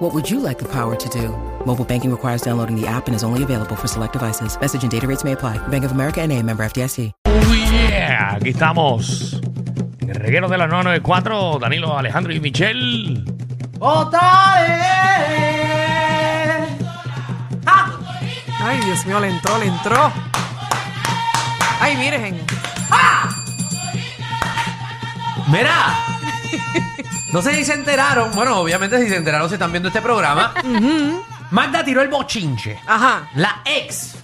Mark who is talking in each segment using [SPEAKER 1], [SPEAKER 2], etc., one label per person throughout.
[SPEAKER 1] What would you like the power to do? Mobile banking requires downloading the app and is only available for select devices. Message and data rates may apply. Bank of America and a member FDIC.
[SPEAKER 2] Oh, yeah. Aquí estamos. El reguero de la 994, Danilo, Alejandro y Michelle.
[SPEAKER 3] ¡Votaré!
[SPEAKER 4] Ay, Dios mío, le entró, le entró. Ay, virgen.
[SPEAKER 3] ¡Ah! Mira, no sé si se enteraron. Bueno, obviamente si se enteraron, se están viendo este programa. Magda tiró el bochinche.
[SPEAKER 4] Ajá.
[SPEAKER 3] La ex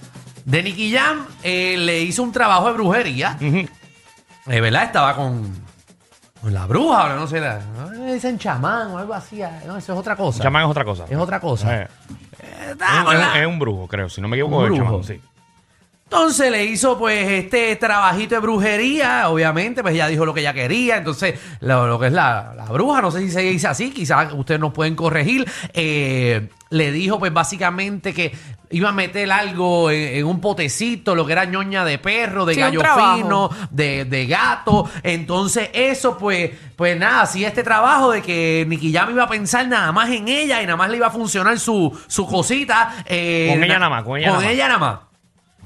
[SPEAKER 3] de Nicky Jam eh, le hizo un trabajo de brujería. Eh, ¿Verdad? Estaba con, con la bruja, ahora no sé. La, no le dicen chamán o algo así. ah, No, eso es otra cosa.
[SPEAKER 2] Chamán es otra cosa.
[SPEAKER 3] Es otra cosa.
[SPEAKER 2] Eh,
[SPEAKER 3] Eh,
[SPEAKER 2] es,
[SPEAKER 3] da,
[SPEAKER 2] un-
[SPEAKER 3] ¿verdad?
[SPEAKER 2] es un brujo, creo. Si no me equivoco,
[SPEAKER 3] Un
[SPEAKER 2] es el chamán.
[SPEAKER 3] brujo.
[SPEAKER 2] Sí.
[SPEAKER 3] Entonces le hizo pues este trabajito de brujería, obviamente, pues ella dijo lo que ella quería, entonces lo, lo que es la, la bruja, no sé si se dice así, quizás ustedes nos pueden corregir, eh, le dijo pues básicamente que iba a meter algo en, en un potecito, lo que era ñoña de perro, de
[SPEAKER 4] Sí, un
[SPEAKER 3] gallo
[SPEAKER 4] trabajo.
[SPEAKER 3] fino, de, de gato, entonces eso pues, pues nada, hacía este trabajo de que Nicky Jam iba a pensar nada más en ella y nada más le iba a funcionar su, su cosita. eh,
[SPEAKER 2] Con ella
[SPEAKER 3] na-
[SPEAKER 2] nada más, con ella nada más.
[SPEAKER 3] ella nada más.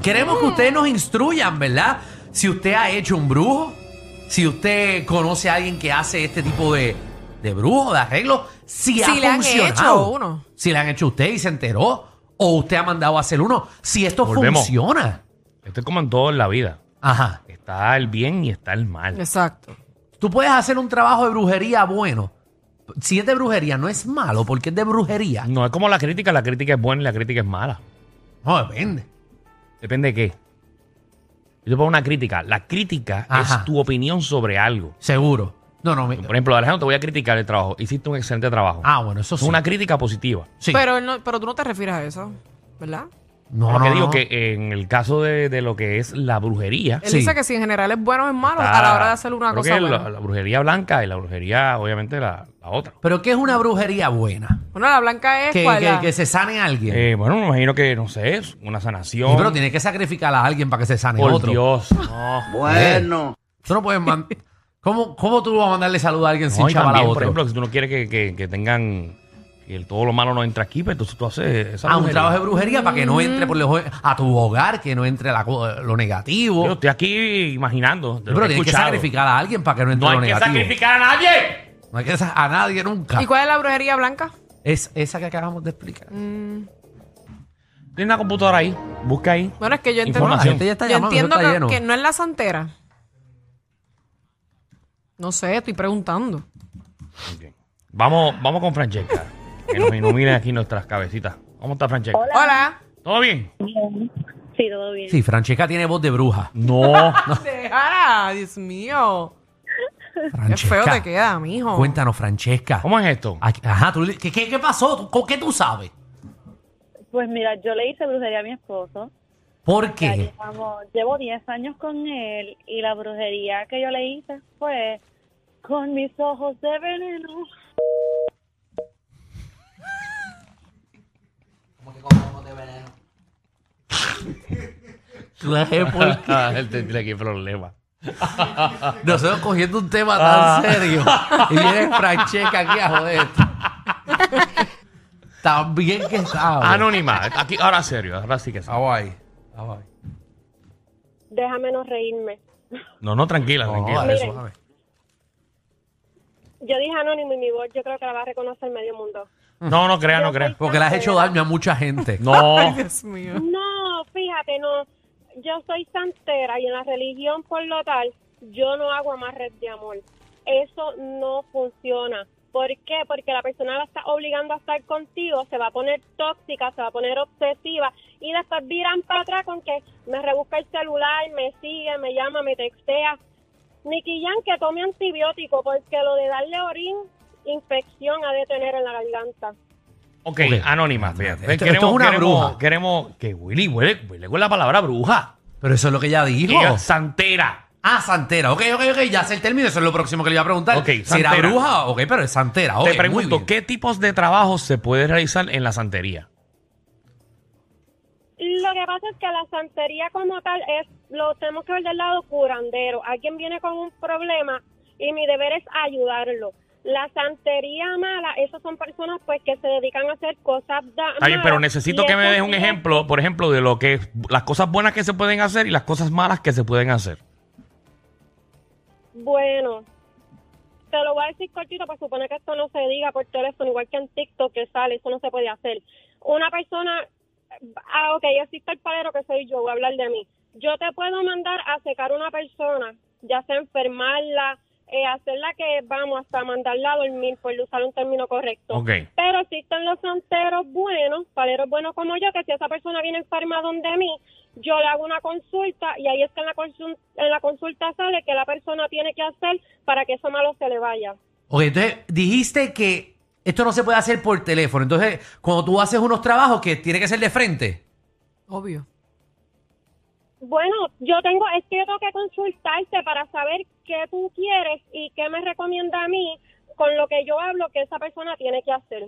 [SPEAKER 3] Queremos que ustedes nos instruyan, ¿verdad? Si usted ha hecho un brujo, si usted conoce a alguien que hace este tipo de, de brujo, de arreglo, si,
[SPEAKER 4] Si
[SPEAKER 3] ha
[SPEAKER 4] le han
[SPEAKER 3] funcionado.
[SPEAKER 4] hecho uno.
[SPEAKER 3] Si le han hecho a usted y se enteró, o usted ha mandado a hacer uno, si esto
[SPEAKER 2] Volvemos.
[SPEAKER 3] funciona.
[SPEAKER 2] Esto es como en todo en la vida.
[SPEAKER 3] Ajá.
[SPEAKER 2] Está el bien y está el mal.
[SPEAKER 4] Exacto.
[SPEAKER 3] Tú puedes hacer un trabajo de brujería bueno. Si es de brujería, no es malo, porque es de brujería.
[SPEAKER 2] No es como la crítica. La crítica es buena y la crítica es mala.
[SPEAKER 3] No, depende.
[SPEAKER 2] Depende de qué. Yo te pongo una crítica. La crítica
[SPEAKER 3] Ajá.
[SPEAKER 2] es tu opinión sobre algo.
[SPEAKER 3] Seguro. No, no, mi-
[SPEAKER 2] Por ejemplo, Alejandro, te voy a criticar el trabajo. Hiciste un excelente trabajo.
[SPEAKER 3] Ah, bueno, eso
[SPEAKER 2] es
[SPEAKER 3] sí.
[SPEAKER 2] una crítica positiva.
[SPEAKER 3] Sí.
[SPEAKER 4] Pero, él no- pero tú no te refieres a eso, ¿verdad?
[SPEAKER 3] no,
[SPEAKER 2] lo que
[SPEAKER 3] no,
[SPEAKER 2] digo
[SPEAKER 3] no.
[SPEAKER 2] que en el caso de, de lo que es la brujería,
[SPEAKER 4] Él
[SPEAKER 3] Sí.
[SPEAKER 4] dice que si en general es bueno o es malo
[SPEAKER 2] está-
[SPEAKER 4] Ah, a la hora de hacer una
[SPEAKER 2] creo
[SPEAKER 4] cosa
[SPEAKER 2] Ah, que
[SPEAKER 4] buena.
[SPEAKER 2] la, la brujería blanca y la brujería, obviamente, la, la otra.
[SPEAKER 3] Pero ¿qué es una brujería buena?
[SPEAKER 4] Bueno, la blanca es
[SPEAKER 3] Que,
[SPEAKER 4] cuál,
[SPEAKER 3] que-
[SPEAKER 4] la-
[SPEAKER 3] que se sane alguien.
[SPEAKER 2] Eh, bueno, me imagino que, no sé, es una sanación.
[SPEAKER 3] Sí, pero tiene que sacrificar a alguien para que se sane
[SPEAKER 2] Por
[SPEAKER 3] otro.
[SPEAKER 2] Dios. No.
[SPEAKER 3] Bueno. Tú no puedes man- ¿Cómo, ¿Cómo tú vas a mandarle salud a alguien sin
[SPEAKER 2] No, y
[SPEAKER 3] chaval
[SPEAKER 2] también,
[SPEAKER 3] a otro?
[SPEAKER 2] por ejemplo, si tú no quieres que, que- que tengan que el- todo lo malo no entra aquí, pues entonces tú haces esa
[SPEAKER 3] a Ah, un
[SPEAKER 2] brujería.
[SPEAKER 3] trabajo de brujería para que no entre
[SPEAKER 4] Mm.
[SPEAKER 3] por los ojo- a tu hogar, que no entre la co- lo negativo.
[SPEAKER 2] Yo estoy aquí imaginando. de lo
[SPEAKER 3] pero
[SPEAKER 2] que he
[SPEAKER 3] tienes que
[SPEAKER 2] escuchado.
[SPEAKER 3] sacrificar a alguien para que no entre
[SPEAKER 2] No hay
[SPEAKER 3] lo
[SPEAKER 2] que
[SPEAKER 3] negativo.
[SPEAKER 2] sacrificar a nadie.
[SPEAKER 3] No hay que sa- a nadie nunca.
[SPEAKER 4] ¿Y Mm. cuál es la brujería blanca?
[SPEAKER 3] Es esa que acabamos de explicar.
[SPEAKER 2] Tiene una computadora ahí. Busca ahí.
[SPEAKER 4] Bueno, es que yo entiendo,
[SPEAKER 3] Bueno, la
[SPEAKER 2] Información.
[SPEAKER 3] gente ya está
[SPEAKER 4] yo
[SPEAKER 3] llamando, eso
[SPEAKER 4] entiendo
[SPEAKER 3] está
[SPEAKER 4] que,
[SPEAKER 3] lleno.
[SPEAKER 4] que no es la santera. No sé, estoy preguntando.
[SPEAKER 2] Ok. Vamos, vamos con Francesca. que nos ilumine aquí nuestras cabecitas. ¿Cómo está Francesca?
[SPEAKER 4] Hola.
[SPEAKER 2] ¿Todo bien?
[SPEAKER 5] Sí, todo bien.
[SPEAKER 3] Sí, Francesca tiene voz de bruja.
[SPEAKER 2] No.
[SPEAKER 4] Dejara, Dios mío. Qué
[SPEAKER 3] Francesca,
[SPEAKER 4] feo te queda, mijo.
[SPEAKER 3] Cuéntanos, Francesca.
[SPEAKER 2] ¿Cómo es esto?
[SPEAKER 3] Aquí- Ajá, tú le- ¿qué, qué, qué pasó? ¿Tú- ¿Con qué tú sabes?
[SPEAKER 5] Pues mira, yo le hice brujería a mi esposo.
[SPEAKER 3] ¿Por
[SPEAKER 5] Ya
[SPEAKER 3] qué?
[SPEAKER 5] llevamos- llevo 10 años con él y la brujería que yo le hice fue con mis ojos de veneno.
[SPEAKER 3] ¿Por qué?
[SPEAKER 2] Ah, Él tiene aquí problema.
[SPEAKER 3] Nosotros cogiendo un tema
[SPEAKER 2] Ah.
[SPEAKER 3] tan serio y viene Francesca aquí a joder. Tan bien que
[SPEAKER 2] Ah,
[SPEAKER 3] Ah, está.
[SPEAKER 2] Anónima. Aquí, ahora serio, ahora sí que sí.
[SPEAKER 3] Hawaii. Hawaii.
[SPEAKER 5] Déjame no reírme.
[SPEAKER 2] No, no, tranquila, tranquila.
[SPEAKER 3] dale,
[SPEAKER 5] Miren.
[SPEAKER 3] suave.
[SPEAKER 5] Yo dije anónimo y mi voz yo creo que la va a reconocer medio mundo.
[SPEAKER 2] No, no crea, no crea.
[SPEAKER 3] Porque le has hecho daño a mucha gente.
[SPEAKER 2] No.
[SPEAKER 4] Ay, Dios mío.
[SPEAKER 5] No, fíjate, no. Yo soy santera y en la religión, por lo tal, yo no hago amarres de amor. Eso no funciona. ¿Por qué? Porque la persona la está obligando a estar contigo, se va a poner tóxica, se va a poner obsesiva y después viran para atrás con que me rebusca el celular, me sigue, me llama, me textea. Nicky Jan que tome antibiótico porque lo de darle orín, infección ha de tener en la garganta.
[SPEAKER 2] Ok, anónima. fíjate.
[SPEAKER 3] Esto- esto
[SPEAKER 2] queremos,
[SPEAKER 3] es una
[SPEAKER 2] queremos,
[SPEAKER 3] bruja.
[SPEAKER 2] queremos que Willy huele, huele con la palabra bruja.
[SPEAKER 3] Pero eso es lo que ella dijo.
[SPEAKER 2] Ella es santera.
[SPEAKER 3] Ah, santera. Ok, ok, ok. Ya sé el término. Eso es lo próximo que le iba a preguntar.
[SPEAKER 2] Ok,
[SPEAKER 3] ¿Será
[SPEAKER 2] santera.
[SPEAKER 3] bruja? Ok, pero es santera. ok,
[SPEAKER 2] Te
[SPEAKER 3] muy
[SPEAKER 2] pregunto,
[SPEAKER 3] bien.
[SPEAKER 2] ¿qué tipos de trabajos se puede realizar en la santería?
[SPEAKER 6] Lo que pasa es que la santería como tal es lo tenemos que ver del lado curandero. Alguien viene con un problema y mi deber es ayudarlo. La santería mala, esas son personas pues que se dedican a hacer cosas da-
[SPEAKER 2] Está bien,
[SPEAKER 6] malas
[SPEAKER 2] pero necesito
[SPEAKER 6] y
[SPEAKER 2] que me
[SPEAKER 6] eso
[SPEAKER 2] des un
[SPEAKER 6] sí es-
[SPEAKER 2] ejemplo, por ejemplo, de lo que las cosas buenas que se pueden hacer y las cosas malas que se pueden hacer.
[SPEAKER 6] Bueno, te lo voy a decir cortito, pues supone que esto no se diga por teléfono, igual que en TikTok que sale, eso no se puede hacer. Una persona, ah, ok, existe el palero que soy yo, voy a hablar de mí. Yo te puedo mandar a secar una persona, ya sea enfermarla, eh, hacerla que, vamos, hasta mandarla a dormir, por usar un término correcto.
[SPEAKER 2] Ok.
[SPEAKER 6] Pero existen los santeros buenos, paleros buenos como yo, que si esa persona viene enferma donde mí, yo le hago una consulta y ahí es que en la, consul- en la consulta sale que la persona tiene que hacer para que eso malo se le vaya.
[SPEAKER 3] Ok, entonces dijiste que esto no se puede hacer por teléfono. Entonces, cuando tú haces unos trabajos que tiene que ser de frente.
[SPEAKER 4] Obvio.
[SPEAKER 6] Bueno, yo tengo, es que yo tengo que consultarte para saber qué tú quieres y qué me recomienda a mí con lo que yo hablo que esa persona tiene que hacer.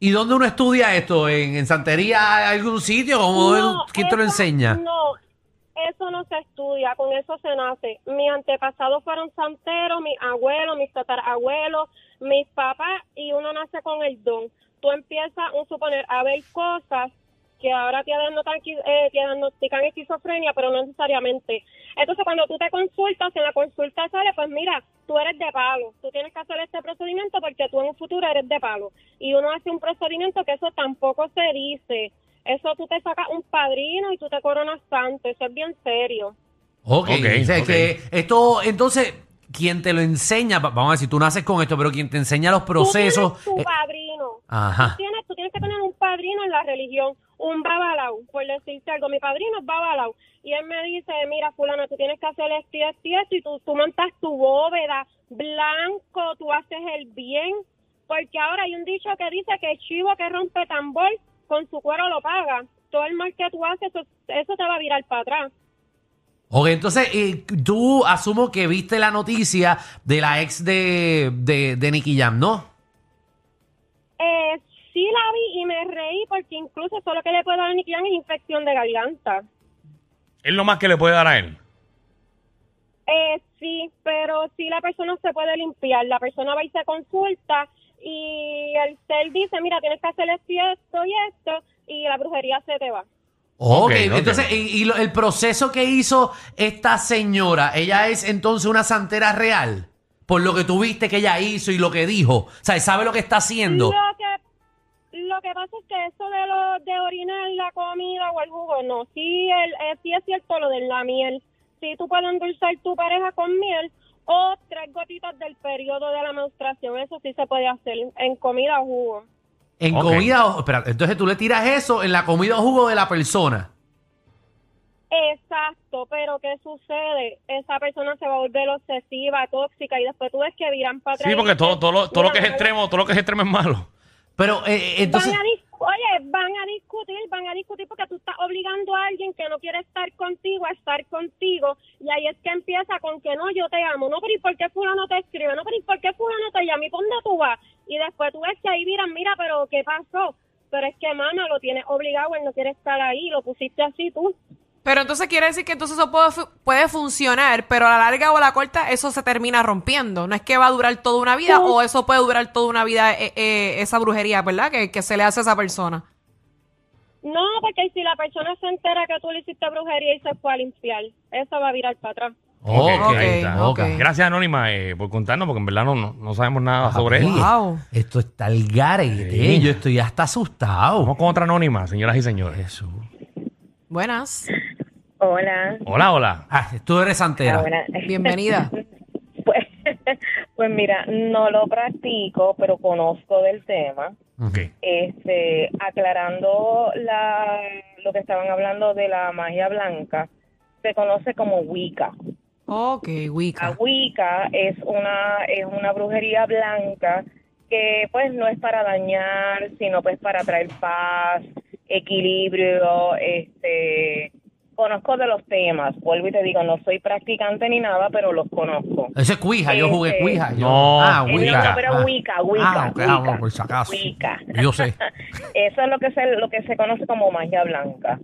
[SPEAKER 3] ¿Y dónde uno estudia esto? ¿En, en santería algún sitio? ¿Cómo
[SPEAKER 6] No,
[SPEAKER 3] ¿Quién te lo
[SPEAKER 6] eso-
[SPEAKER 3] enseña?
[SPEAKER 6] No, eso no se estudia, con eso se nace. Mis antepasados fueron santeros, mis abuelos, mis tatarabuelos, mis papás, y uno nace con el don. Tú empiezas, un suponer, a ver cosas que ahora te diagnostican, eh, te diagnostican esquizofrenia, pero no necesariamente. Entonces, cuando tú te consultas, en la consulta sale, pues mira, tú eres de palo, tú tienes que hacer este procedimiento porque tú en un futuro eres de palo. Y uno hace un procedimiento que eso tampoco se dice. Eso tú te sacas un padrino y tú te coronas santo, eso es bien serio.
[SPEAKER 3] Ok,
[SPEAKER 2] Ok,
[SPEAKER 3] o sea,
[SPEAKER 2] ok.
[SPEAKER 3] que esto, entonces, quien te lo enseña, Va- vamos a decir, tú naces con esto, pero quien te enseña los procesos.
[SPEAKER 6] Tú tienes tu
[SPEAKER 3] eh,
[SPEAKER 6] padrino.
[SPEAKER 3] ajá.
[SPEAKER 6] tienes, tú tienes que tener un padrino en la religión, un babalao, por decirte algo. Mi padrino es babalao. Y él me dice, mira, fulano, tú tienes que hacer esto y esto y esto, y tú, tú montas tu bóveda blanco, tú haces el bien. Porque ahora hay un dicho que dice que el chivo que rompe tambor, con su cuero lo paga. Todo el mal que tú haces, eso, eso te va a virar para atrás.
[SPEAKER 3] Ok, entonces, eh, tú asumo que viste la noticia de la ex de, de, de Nicky Jam, ¿no?
[SPEAKER 6] Eh, sí la vi y me reí porque incluso solo que le puede dar a Nicky Jam es infección de garganta.
[SPEAKER 2] Es lo más que le puede dar a él.
[SPEAKER 6] Eh, sí, pero sí la persona se puede limpiar. La persona va y se consulta y el ser dice, mira, tienes que hacer esto y esto y esto y la brujería se te va.
[SPEAKER 3] Ok,
[SPEAKER 2] Ok, ok.
[SPEAKER 3] entonces, y, y lo- el proceso que hizo esta señora, ella es entonces una santera real, por lo que tú viste que ella hizo y lo que dijo. O sea, sabe lo que está haciendo.
[SPEAKER 6] Lo que lo que pasa es que eso de lo de orinar la comida o el jugo, no. Sí, el, eh, sí es cierto lo de la miel. Sí, tú puedes endulzar tu pareja con miel o tres gotitas del periodo de la menstruación. Eso sí se puede hacer en comida o jugo.
[SPEAKER 3] En
[SPEAKER 2] Ok.
[SPEAKER 3] comida, o- espera, entonces tú le tiras eso en la comida o jugo de la persona.
[SPEAKER 6] Exacto, pero ¿qué sucede? Esa persona se va a volver obsesiva, tóxica y después tú ves que viran para atrás.
[SPEAKER 2] Sí,
[SPEAKER 6] y
[SPEAKER 2] porque
[SPEAKER 6] dicen,
[SPEAKER 2] todo, todo, lo, todo lo que es
[SPEAKER 6] "Mira,
[SPEAKER 2] extremo, todo lo que es extremo es malo.
[SPEAKER 3] Pero eh, eh,
[SPEAKER 6] van a-
[SPEAKER 3] entonces,
[SPEAKER 6] van a dis- oye, van a discutir, van a discutir porque tú estás obligando a alguien que no quiere estar contigo a estar contigo y ahí es que empieza con que no, yo te amo, no, pero ¿y por qué fulano te escribe? No, pero ¿y por qué fulano te llama? ¿Y por dónde tú vas? Y después tú ves que ahí viran, mira, pero ¿qué pasó? Pero es que, mano, lo tienes obligado, él no quiere estar ahí, lo pusiste así tú.
[SPEAKER 4] Pero entonces quiere decir que entonces eso puede, fu- puede funcionar, pero a la larga o a la corta eso se termina rompiendo. No es que va a durar toda una vida
[SPEAKER 6] Sí.
[SPEAKER 4] o eso puede durar toda una vida eh, eh, esa brujería, ¿verdad? Que, que se le hace a esa persona.
[SPEAKER 6] No, porque si la persona se entera que tú le hiciste brujería y se fue a limpiar, eso va a virar para atrás.
[SPEAKER 2] Ok,
[SPEAKER 3] Ok,
[SPEAKER 2] ahí está.
[SPEAKER 4] ok.
[SPEAKER 2] Gracias, Anónima, eh, por contarnos, porque en verdad no, no, no sabemos nada
[SPEAKER 3] Ah,
[SPEAKER 2] sobre
[SPEAKER 3] mire,
[SPEAKER 2] esto.
[SPEAKER 4] Wow.
[SPEAKER 3] Esto está el garete.
[SPEAKER 2] Sí.
[SPEAKER 3] Yo estoy hasta asustado.
[SPEAKER 2] Vamos con otra Anónima, señoras y señores.
[SPEAKER 3] Jesús.
[SPEAKER 4] Buenas.
[SPEAKER 7] Hola.
[SPEAKER 2] Hola, hola.
[SPEAKER 3] Ah, tú eres santera.
[SPEAKER 7] Ahora,
[SPEAKER 4] Bienvenida.
[SPEAKER 7] pues, pues mira, no lo practico, pero conozco del tema.
[SPEAKER 2] Ok.
[SPEAKER 7] Este, aclarando la, lo que estaban hablando de la magia blanca, se conoce como Wicca.
[SPEAKER 4] Ok,
[SPEAKER 7] La
[SPEAKER 4] Wicca.
[SPEAKER 7] Wicca es una es una brujería blanca que pues no es para dañar, sino pues para traer paz, equilibrio, este
[SPEAKER 6] Conozco de los temas, vuelvo y te digo, no soy practicante ni nada, pero los conozco.
[SPEAKER 3] Eso es cuija, yo jugué
[SPEAKER 6] Este-
[SPEAKER 3] cuija. yo-
[SPEAKER 2] No.
[SPEAKER 3] ah,
[SPEAKER 6] Eh,
[SPEAKER 3] Ouija.
[SPEAKER 6] no, pero
[SPEAKER 3] ah.
[SPEAKER 6] Wicca, Wicca,
[SPEAKER 3] Ah, ok,
[SPEAKER 6] Wicca.
[SPEAKER 3] ah, bueno, por si acaso.
[SPEAKER 6] Wicca.
[SPEAKER 3] Yo sé.
[SPEAKER 6] Eso es lo que se lo que se conoce como magia blanca.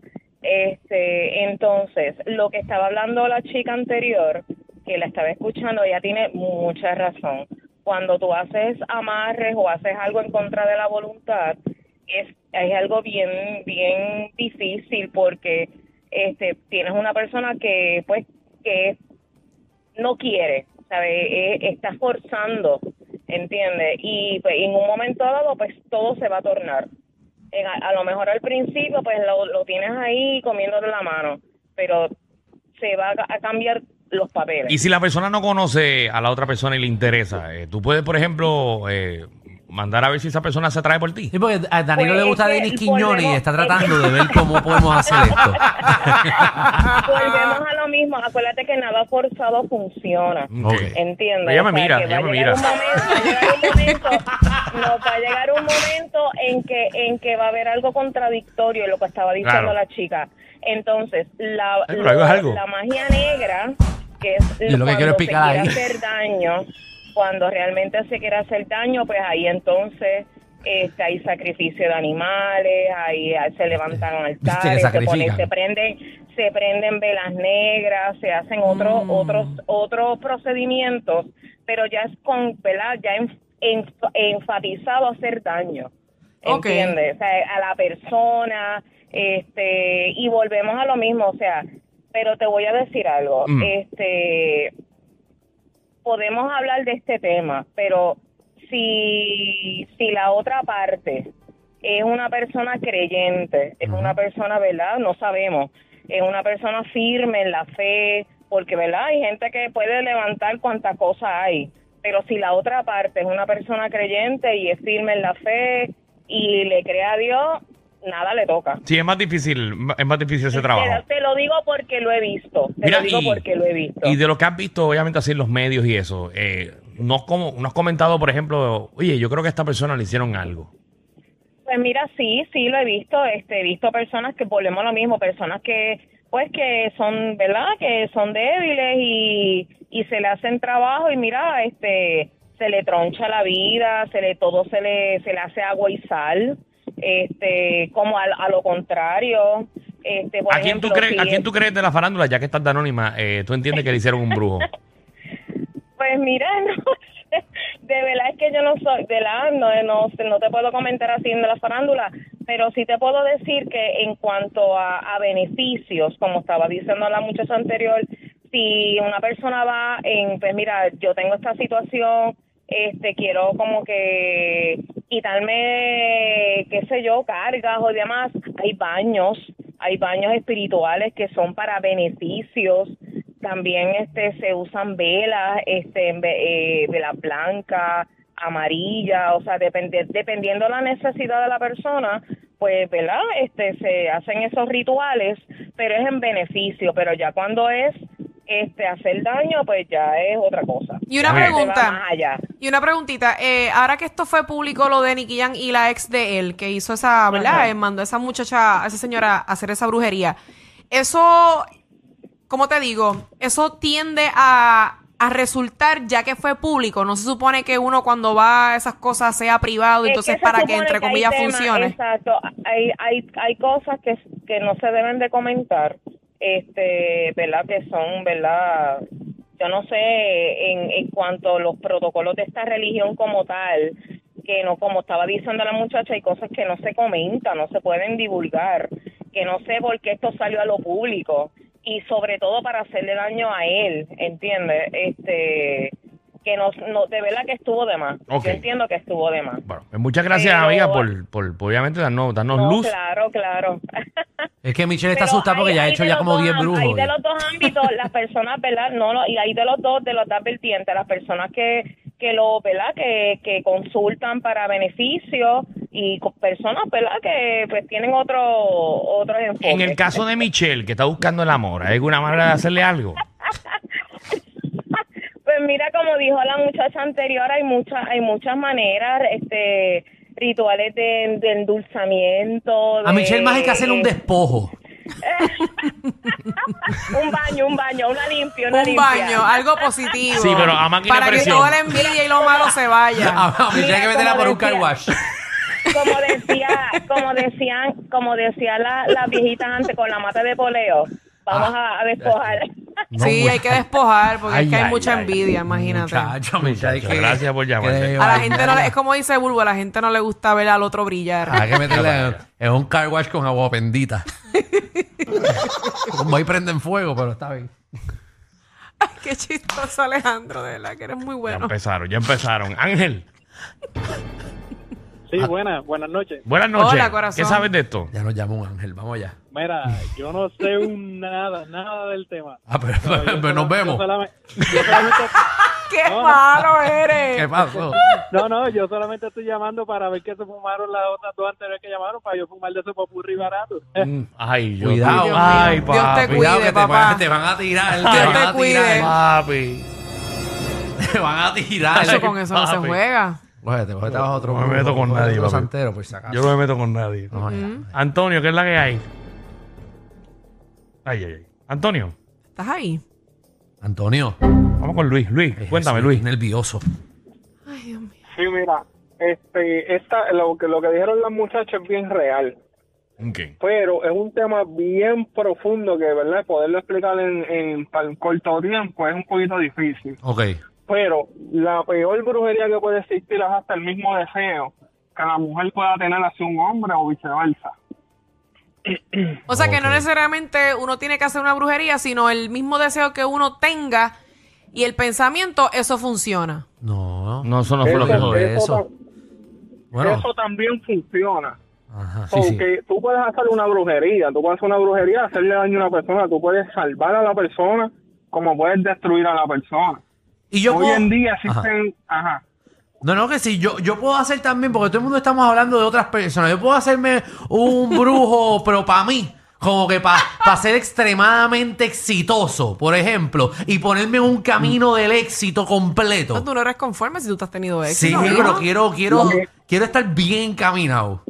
[SPEAKER 6] Este, entonces, lo que estaba hablando la chica anterior, que la estaba escuchando, ella tiene mucha razón. Cuando tú haces amarres o haces algo en contra de la voluntad, es, es algo bien bien difícil porque este tienes una persona que pues que es no quiere, ¿sabes? Está forzando, ¿entiendes? Y pues, en un momento dado, pues todo se va a tornar. En- a, a lo mejor al principio, pues lo, lo tienes ahí comiéndote la mano, pero se va a, ca- a cambiar los papeles.
[SPEAKER 2] Y si la persona no conoce a la otra persona y le interesa, eh, tú puedes, por ejemplo, eh, mandar a ver si esa persona se atrae por ti.
[SPEAKER 3] Sí, porque a Danilo
[SPEAKER 6] Pues
[SPEAKER 3] le gusta
[SPEAKER 6] es que
[SPEAKER 3] Denis Quiñones y
[SPEAKER 6] volvemos-
[SPEAKER 3] está tratando de ver cómo podemos hacer esto.
[SPEAKER 6] Volvemos a lo mismo. Acuérdate que nada forzado funciona.
[SPEAKER 2] Mm, Ok.
[SPEAKER 6] Entiendo.
[SPEAKER 2] Ella me mira,
[SPEAKER 6] que va
[SPEAKER 2] ella
[SPEAKER 6] a
[SPEAKER 2] me
[SPEAKER 6] llegar
[SPEAKER 2] mira.
[SPEAKER 6] un momento- va a llegar un momento- no, va a llegar un momento en que, en que va a haber algo contradictorio en lo que estaba diciendo
[SPEAKER 2] Claro.
[SPEAKER 6] la chica. Entonces, la,
[SPEAKER 2] Ay, pero ahí va algo.
[SPEAKER 6] la magia negra, que es
[SPEAKER 3] Yo lo que quiero
[SPEAKER 6] cuando
[SPEAKER 3] explicar
[SPEAKER 6] se
[SPEAKER 3] ahí.
[SPEAKER 6] quiere hacer daño, cuando realmente se quiere hacer daño, pues ahí entonces este, hay sacrificio de animales, ahí se levantan altares, se, ponen,
[SPEAKER 3] sacrifican.
[SPEAKER 6] se prenden se prenden velas negras, se hacen otros otros otros procedimientos, pero ya es con, ¿verdad? Ya en- en- enfatizado hacer daño.
[SPEAKER 4] Ok.
[SPEAKER 6] ¿Entiendes? O sea, a la persona, este, y volvemos a lo mismo, o sea, pero te voy a decir algo,
[SPEAKER 2] Mm.
[SPEAKER 6] este, podemos hablar de este tema, pero si, si la otra parte es una persona creyente, es una persona, ¿verdad? No sabemos, es una persona firme en la fe, porque, ¿verdad? Hay gente que puede levantar cuanta cosa hay, pero si la otra parte es una persona creyente y es firme en la fe y le cree a Dios, nada le toca.
[SPEAKER 2] Sí, es más difícil, es más difícil ese trabajo.
[SPEAKER 6] Te, te lo digo porque lo he visto, te
[SPEAKER 2] Mira,
[SPEAKER 6] lo digo
[SPEAKER 2] y-
[SPEAKER 6] porque lo he visto.
[SPEAKER 2] Y de lo que has visto, obviamente, así en los medios y eso, eh, no, has como, no has comentado, por ejemplo, oye, yo creo que a esta persona le hicieron algo.
[SPEAKER 6] Pues mira, sí, sí lo he visto, este, he visto personas que volvemos a lo mismo, personas que pues que son, ¿verdad? Que son débiles y, y se le hacen trabajo y mira, este, se le troncha la vida, se le todo se le se le hace agua y sal, este, como a, a lo contrario, este, por
[SPEAKER 2] ¿A quién, tú
[SPEAKER 6] ejemplo,
[SPEAKER 2] crees,
[SPEAKER 6] si
[SPEAKER 2] ¿A quién
[SPEAKER 6] es-
[SPEAKER 2] tú crees de la farándula, ya que estás de anónima, eh, tú entiendes que le hicieron un brujo?
[SPEAKER 6] Pues mira, no, de verdad es que yo no soy, de la, no, no, no te puedo comentar así de la farándula, pero sí te puedo decir que en cuanto a, a beneficios, como estaba diciendo la muchacha anterior, si una persona va en, pues mira, yo tengo esta situación, este, quiero como que quitarme, qué sé yo, cargas o demás, hay baños, hay baños espirituales que son para beneficios, también este se usan velas este en ve- eh, vela blanca amarilla o sea depende- dependiendo de la necesidad de la persona pues verdad este se hacen esos rituales pero es en beneficio pero ya cuando es este hacer daño pues ya es otra cosa
[SPEAKER 4] Y una
[SPEAKER 6] Ya se va
[SPEAKER 4] pregunta.
[SPEAKER 6] más allá.
[SPEAKER 4] Y una preguntita, eh, ahora que esto fue público lo de Nicky Jam y la ex de él, que hizo esa, ¿verdad?
[SPEAKER 6] Ajá.
[SPEAKER 4] Eh, mandó a esa muchacha, a esa señora a hacer esa brujería. Eso, ¿cómo te digo? Eso tiende a, a resultar ya que fue público. No se supone que uno cuando va a esas cosas sea privado,
[SPEAKER 6] Es
[SPEAKER 4] entonces
[SPEAKER 6] se
[SPEAKER 4] para que
[SPEAKER 6] supone
[SPEAKER 4] entre
[SPEAKER 6] hay
[SPEAKER 4] comillas
[SPEAKER 6] temas,
[SPEAKER 4] funcione.
[SPEAKER 6] Exacto, hay, hay, hay cosas que, que no se deben de comentar, este, ¿verdad? Que son, ¿verdad? Yo no sé en, en cuanto a los protocolos de esta religión como tal, que no, como estaba diciendo la muchacha, hay cosas que no se comentan, no se pueden divulgar, que no sé por qué esto salió a lo público y sobre todo para hacerle daño a él, ¿entiendes? Este, que no, no, de verdad que estuvo de más.
[SPEAKER 2] Ok.
[SPEAKER 6] Yo entiendo que estuvo de más.
[SPEAKER 2] Bueno, pues muchas gracias,
[SPEAKER 6] Pero-
[SPEAKER 2] amiga, por, por, por obviamente darnos, darnos
[SPEAKER 6] No,
[SPEAKER 2] luz.
[SPEAKER 6] Claro, claro.
[SPEAKER 3] Es que Michelle está
[SPEAKER 6] Pero
[SPEAKER 3] asustada porque
[SPEAKER 6] hay-
[SPEAKER 3] ya ha
[SPEAKER 6] hay
[SPEAKER 3] hecho
[SPEAKER 6] de
[SPEAKER 3] ya
[SPEAKER 6] los
[SPEAKER 3] como
[SPEAKER 6] dos
[SPEAKER 3] 10
[SPEAKER 6] am-
[SPEAKER 3] brujos.
[SPEAKER 6] Hay de los dos ámbitos, las personas, ¿verdad? No, no, y hay de los dos, de los dos vertientes, las personas que, que lo, ¿verdad? Que, que consultan para beneficio y con personas, ¿verdad? Que pues tienen otro, otro enfoque.
[SPEAKER 2] En el caso de Michelle, que está buscando el amor, ¿hay alguna manera de hacerle algo?
[SPEAKER 6] Pues mira, como dijo la muchacha anterior, hay muchas, hay muchas maneras, este, rituales de, de endulzamiento.
[SPEAKER 3] A Michelle más hay que
[SPEAKER 6] hacer
[SPEAKER 3] hacerle un despojo.
[SPEAKER 6] Un baño, un baño, una limpia, una
[SPEAKER 4] Un
[SPEAKER 6] limpia.
[SPEAKER 4] baño, algo positivo.
[SPEAKER 2] Sí, pero a máquina
[SPEAKER 4] Para
[SPEAKER 2] de
[SPEAKER 4] que
[SPEAKER 2] presión.
[SPEAKER 4] toda la envidia y lo malo se vaya.
[SPEAKER 3] Ah, me tiene que meterla por un car wash.
[SPEAKER 6] Como decía, como decían, como decía la, las viejitas antes con la mata de poleo. Vamos a, a despojar.
[SPEAKER 4] sí, hay que despojar porque es
[SPEAKER 3] Ay,
[SPEAKER 4] que hay
[SPEAKER 3] ay,
[SPEAKER 4] mucha
[SPEAKER 3] ay.
[SPEAKER 4] envidia, imagínate.
[SPEAKER 3] Muchacho, mira, hay
[SPEAKER 2] Muchacho,
[SPEAKER 3] que-
[SPEAKER 2] gracias por
[SPEAKER 3] que
[SPEAKER 2] llamarme.
[SPEAKER 3] debe
[SPEAKER 4] A la
[SPEAKER 3] bañarla.
[SPEAKER 4] gente no le- es como dice Bulbo, a la gente no le gusta ver al otro brillar.
[SPEAKER 3] Hay que meterla en un car wash con agua bendita. Como ahí prenden fuego, pero está bien.
[SPEAKER 4] Ay, qué chistoso, Alejandro, de verdad que eres muy
[SPEAKER 2] Ya
[SPEAKER 3] pues.
[SPEAKER 4] bueno.
[SPEAKER 2] empezaron, ya empezaron. Ángel,
[SPEAKER 8] Sí,
[SPEAKER 3] Ah.
[SPEAKER 8] buenas, buenas noches.
[SPEAKER 2] buenas noches.
[SPEAKER 4] Hola,
[SPEAKER 2] ¿Qué
[SPEAKER 4] corazón.
[SPEAKER 2] sabes de esto?
[SPEAKER 3] Ya nos llamó un ángel, vamos allá.
[SPEAKER 8] Mira, yo no sé un nada, nada del tema.
[SPEAKER 3] Ah, pero,
[SPEAKER 8] Pero yo
[SPEAKER 3] pero nos
[SPEAKER 8] solamente- yo
[SPEAKER 3] vemos.
[SPEAKER 8] solamente- yo solamente-
[SPEAKER 4] ¡Qué malo eres!
[SPEAKER 3] ¿Qué pasó?
[SPEAKER 8] no, no, yo solamente estoy llamando para ver qué se fumaron las otras dos anteriores que llamaron para yo fumar de ese popurrí barato.
[SPEAKER 2] Mm, Ay, yo.
[SPEAKER 3] Cuidado. Dios mío.
[SPEAKER 2] Ay,
[SPEAKER 4] Dios te
[SPEAKER 2] papi.
[SPEAKER 4] cuide,
[SPEAKER 3] Cuidado que te
[SPEAKER 4] papá.
[SPEAKER 3] van, te van a tirar, te
[SPEAKER 4] Ay,
[SPEAKER 3] van
[SPEAKER 4] te
[SPEAKER 3] a
[SPEAKER 4] cuide.
[SPEAKER 3] tirar,
[SPEAKER 2] Papi.
[SPEAKER 3] te van a tirar.
[SPEAKER 4] Eso con eso no se
[SPEAKER 2] Papi.
[SPEAKER 4] juega.
[SPEAKER 3] Cógete, cógete abajo otro.
[SPEAKER 2] No me meto con
[SPEAKER 3] cógete
[SPEAKER 2] nadie,
[SPEAKER 3] otro
[SPEAKER 2] papi.
[SPEAKER 3] santero, por si acaso.
[SPEAKER 2] Yo no me meto con nadie.
[SPEAKER 3] Vamos allá.
[SPEAKER 2] Antonio, ¿qué es la que hay? Ay, ay, ay. Antonio,
[SPEAKER 4] ¿Estás ahí?
[SPEAKER 3] Antonio.
[SPEAKER 2] vamos con Luis. Luis,
[SPEAKER 3] Ay,
[SPEAKER 2] cuéntame,
[SPEAKER 3] Jesús,
[SPEAKER 2] Luis.
[SPEAKER 3] Nervioso.
[SPEAKER 4] Ay, Dios mío.
[SPEAKER 9] Sí, mira, este, esta, lo, que, lo que dijeron las muchachas es bien real,
[SPEAKER 2] Ok.
[SPEAKER 9] pero es un tema bien profundo que, ¿verdad? Poderlo explicar en, en tan corto tiempo es un poquito difícil.
[SPEAKER 3] Ok.
[SPEAKER 9] Pero la peor brujería que puede existir es hasta el mismo deseo que la mujer pueda tener hacia un hombre o viceversa.
[SPEAKER 4] O sea que no
[SPEAKER 3] Ok.
[SPEAKER 4] necesariamente uno tiene que hacer una brujería, sino el mismo deseo que uno tenga y el pensamiento, eso funciona.
[SPEAKER 3] No.
[SPEAKER 2] No, eso no fue lo que
[SPEAKER 3] Eso-
[SPEAKER 2] dijo.
[SPEAKER 3] de eso.
[SPEAKER 9] tam-
[SPEAKER 3] Bueno.
[SPEAKER 9] eso también funciona.
[SPEAKER 3] Ajá. Sí, sí.
[SPEAKER 9] Porque tú puedes hacer una brujería, tú puedes hacer una brujería, hacerle daño a una persona, tú puedes salvar a la persona como puedes destruir a la persona.
[SPEAKER 3] Y yo
[SPEAKER 9] Hoy
[SPEAKER 3] puedo-
[SPEAKER 9] en día existen... Ajá.
[SPEAKER 3] No, no, que sí, yo, yo puedo hacer también, porque todo el mundo estamos hablando de otras personas. Yo puedo hacerme un brujo, pero para mí, como que para ser extremadamente exitoso, por ejemplo, y ponerme en un camino del éxito
[SPEAKER 4] No,
[SPEAKER 3] completo.
[SPEAKER 4] tú Ah, no eres conforme si tú te has tenido
[SPEAKER 3] Sí,
[SPEAKER 4] éxito. ¿no?
[SPEAKER 3] pero quiero, quiero,
[SPEAKER 9] Lo que-
[SPEAKER 3] quiero estar bien caminado.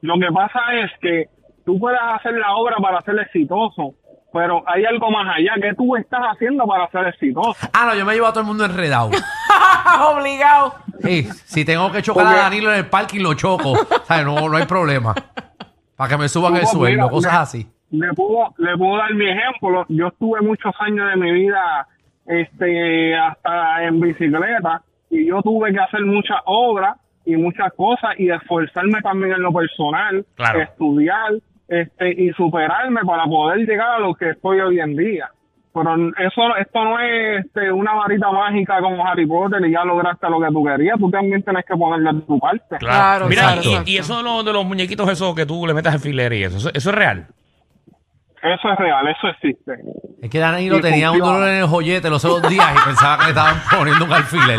[SPEAKER 9] Lo que pasa es que tú puedes hacer la obra para ser exitoso, pero hay algo más allá que tú estás haciendo para ser exitoso.
[SPEAKER 3] Ah, no, yo me llevo a todo el mundo enredado.
[SPEAKER 4] Obligado.
[SPEAKER 3] Sí, si tengo que chocar
[SPEAKER 9] Porque-
[SPEAKER 3] a Danilo en el parking, lo choco. O sea, no, no hay problema. Para que me suban el
[SPEAKER 9] Mira,
[SPEAKER 3] sueldo, cosas
[SPEAKER 9] le-
[SPEAKER 3] así.
[SPEAKER 9] Le puedo, le puedo dar mi ejemplo. Yo estuve muchos años de mi vida este, hasta en bicicleta y yo tuve que hacer muchas obras y muchas cosas y esforzarme también en lo personal,
[SPEAKER 2] Claro.
[SPEAKER 9] estudiar este, y superarme para poder llegar a lo que estoy hoy en día. Pero eso, esto no es este, una varita mágica como Harry Potter y ya lograste lo que tú querías. Tú también tienes que ponerle de tu parte.
[SPEAKER 4] Claro,
[SPEAKER 2] Mira,
[SPEAKER 4] claro,
[SPEAKER 2] y-
[SPEAKER 4] exacto.
[SPEAKER 2] y, eso de los, de los muñequitos esos que tú le metas alfiler y eso, eso, eso es real.
[SPEAKER 9] Eso es real, eso existe.
[SPEAKER 3] Es que Danilo
[SPEAKER 9] Y
[SPEAKER 3] tenía un
[SPEAKER 9] funciona.
[SPEAKER 3] dolor en el joyete los otros días y pensaba que le estaban poniendo un alfiler.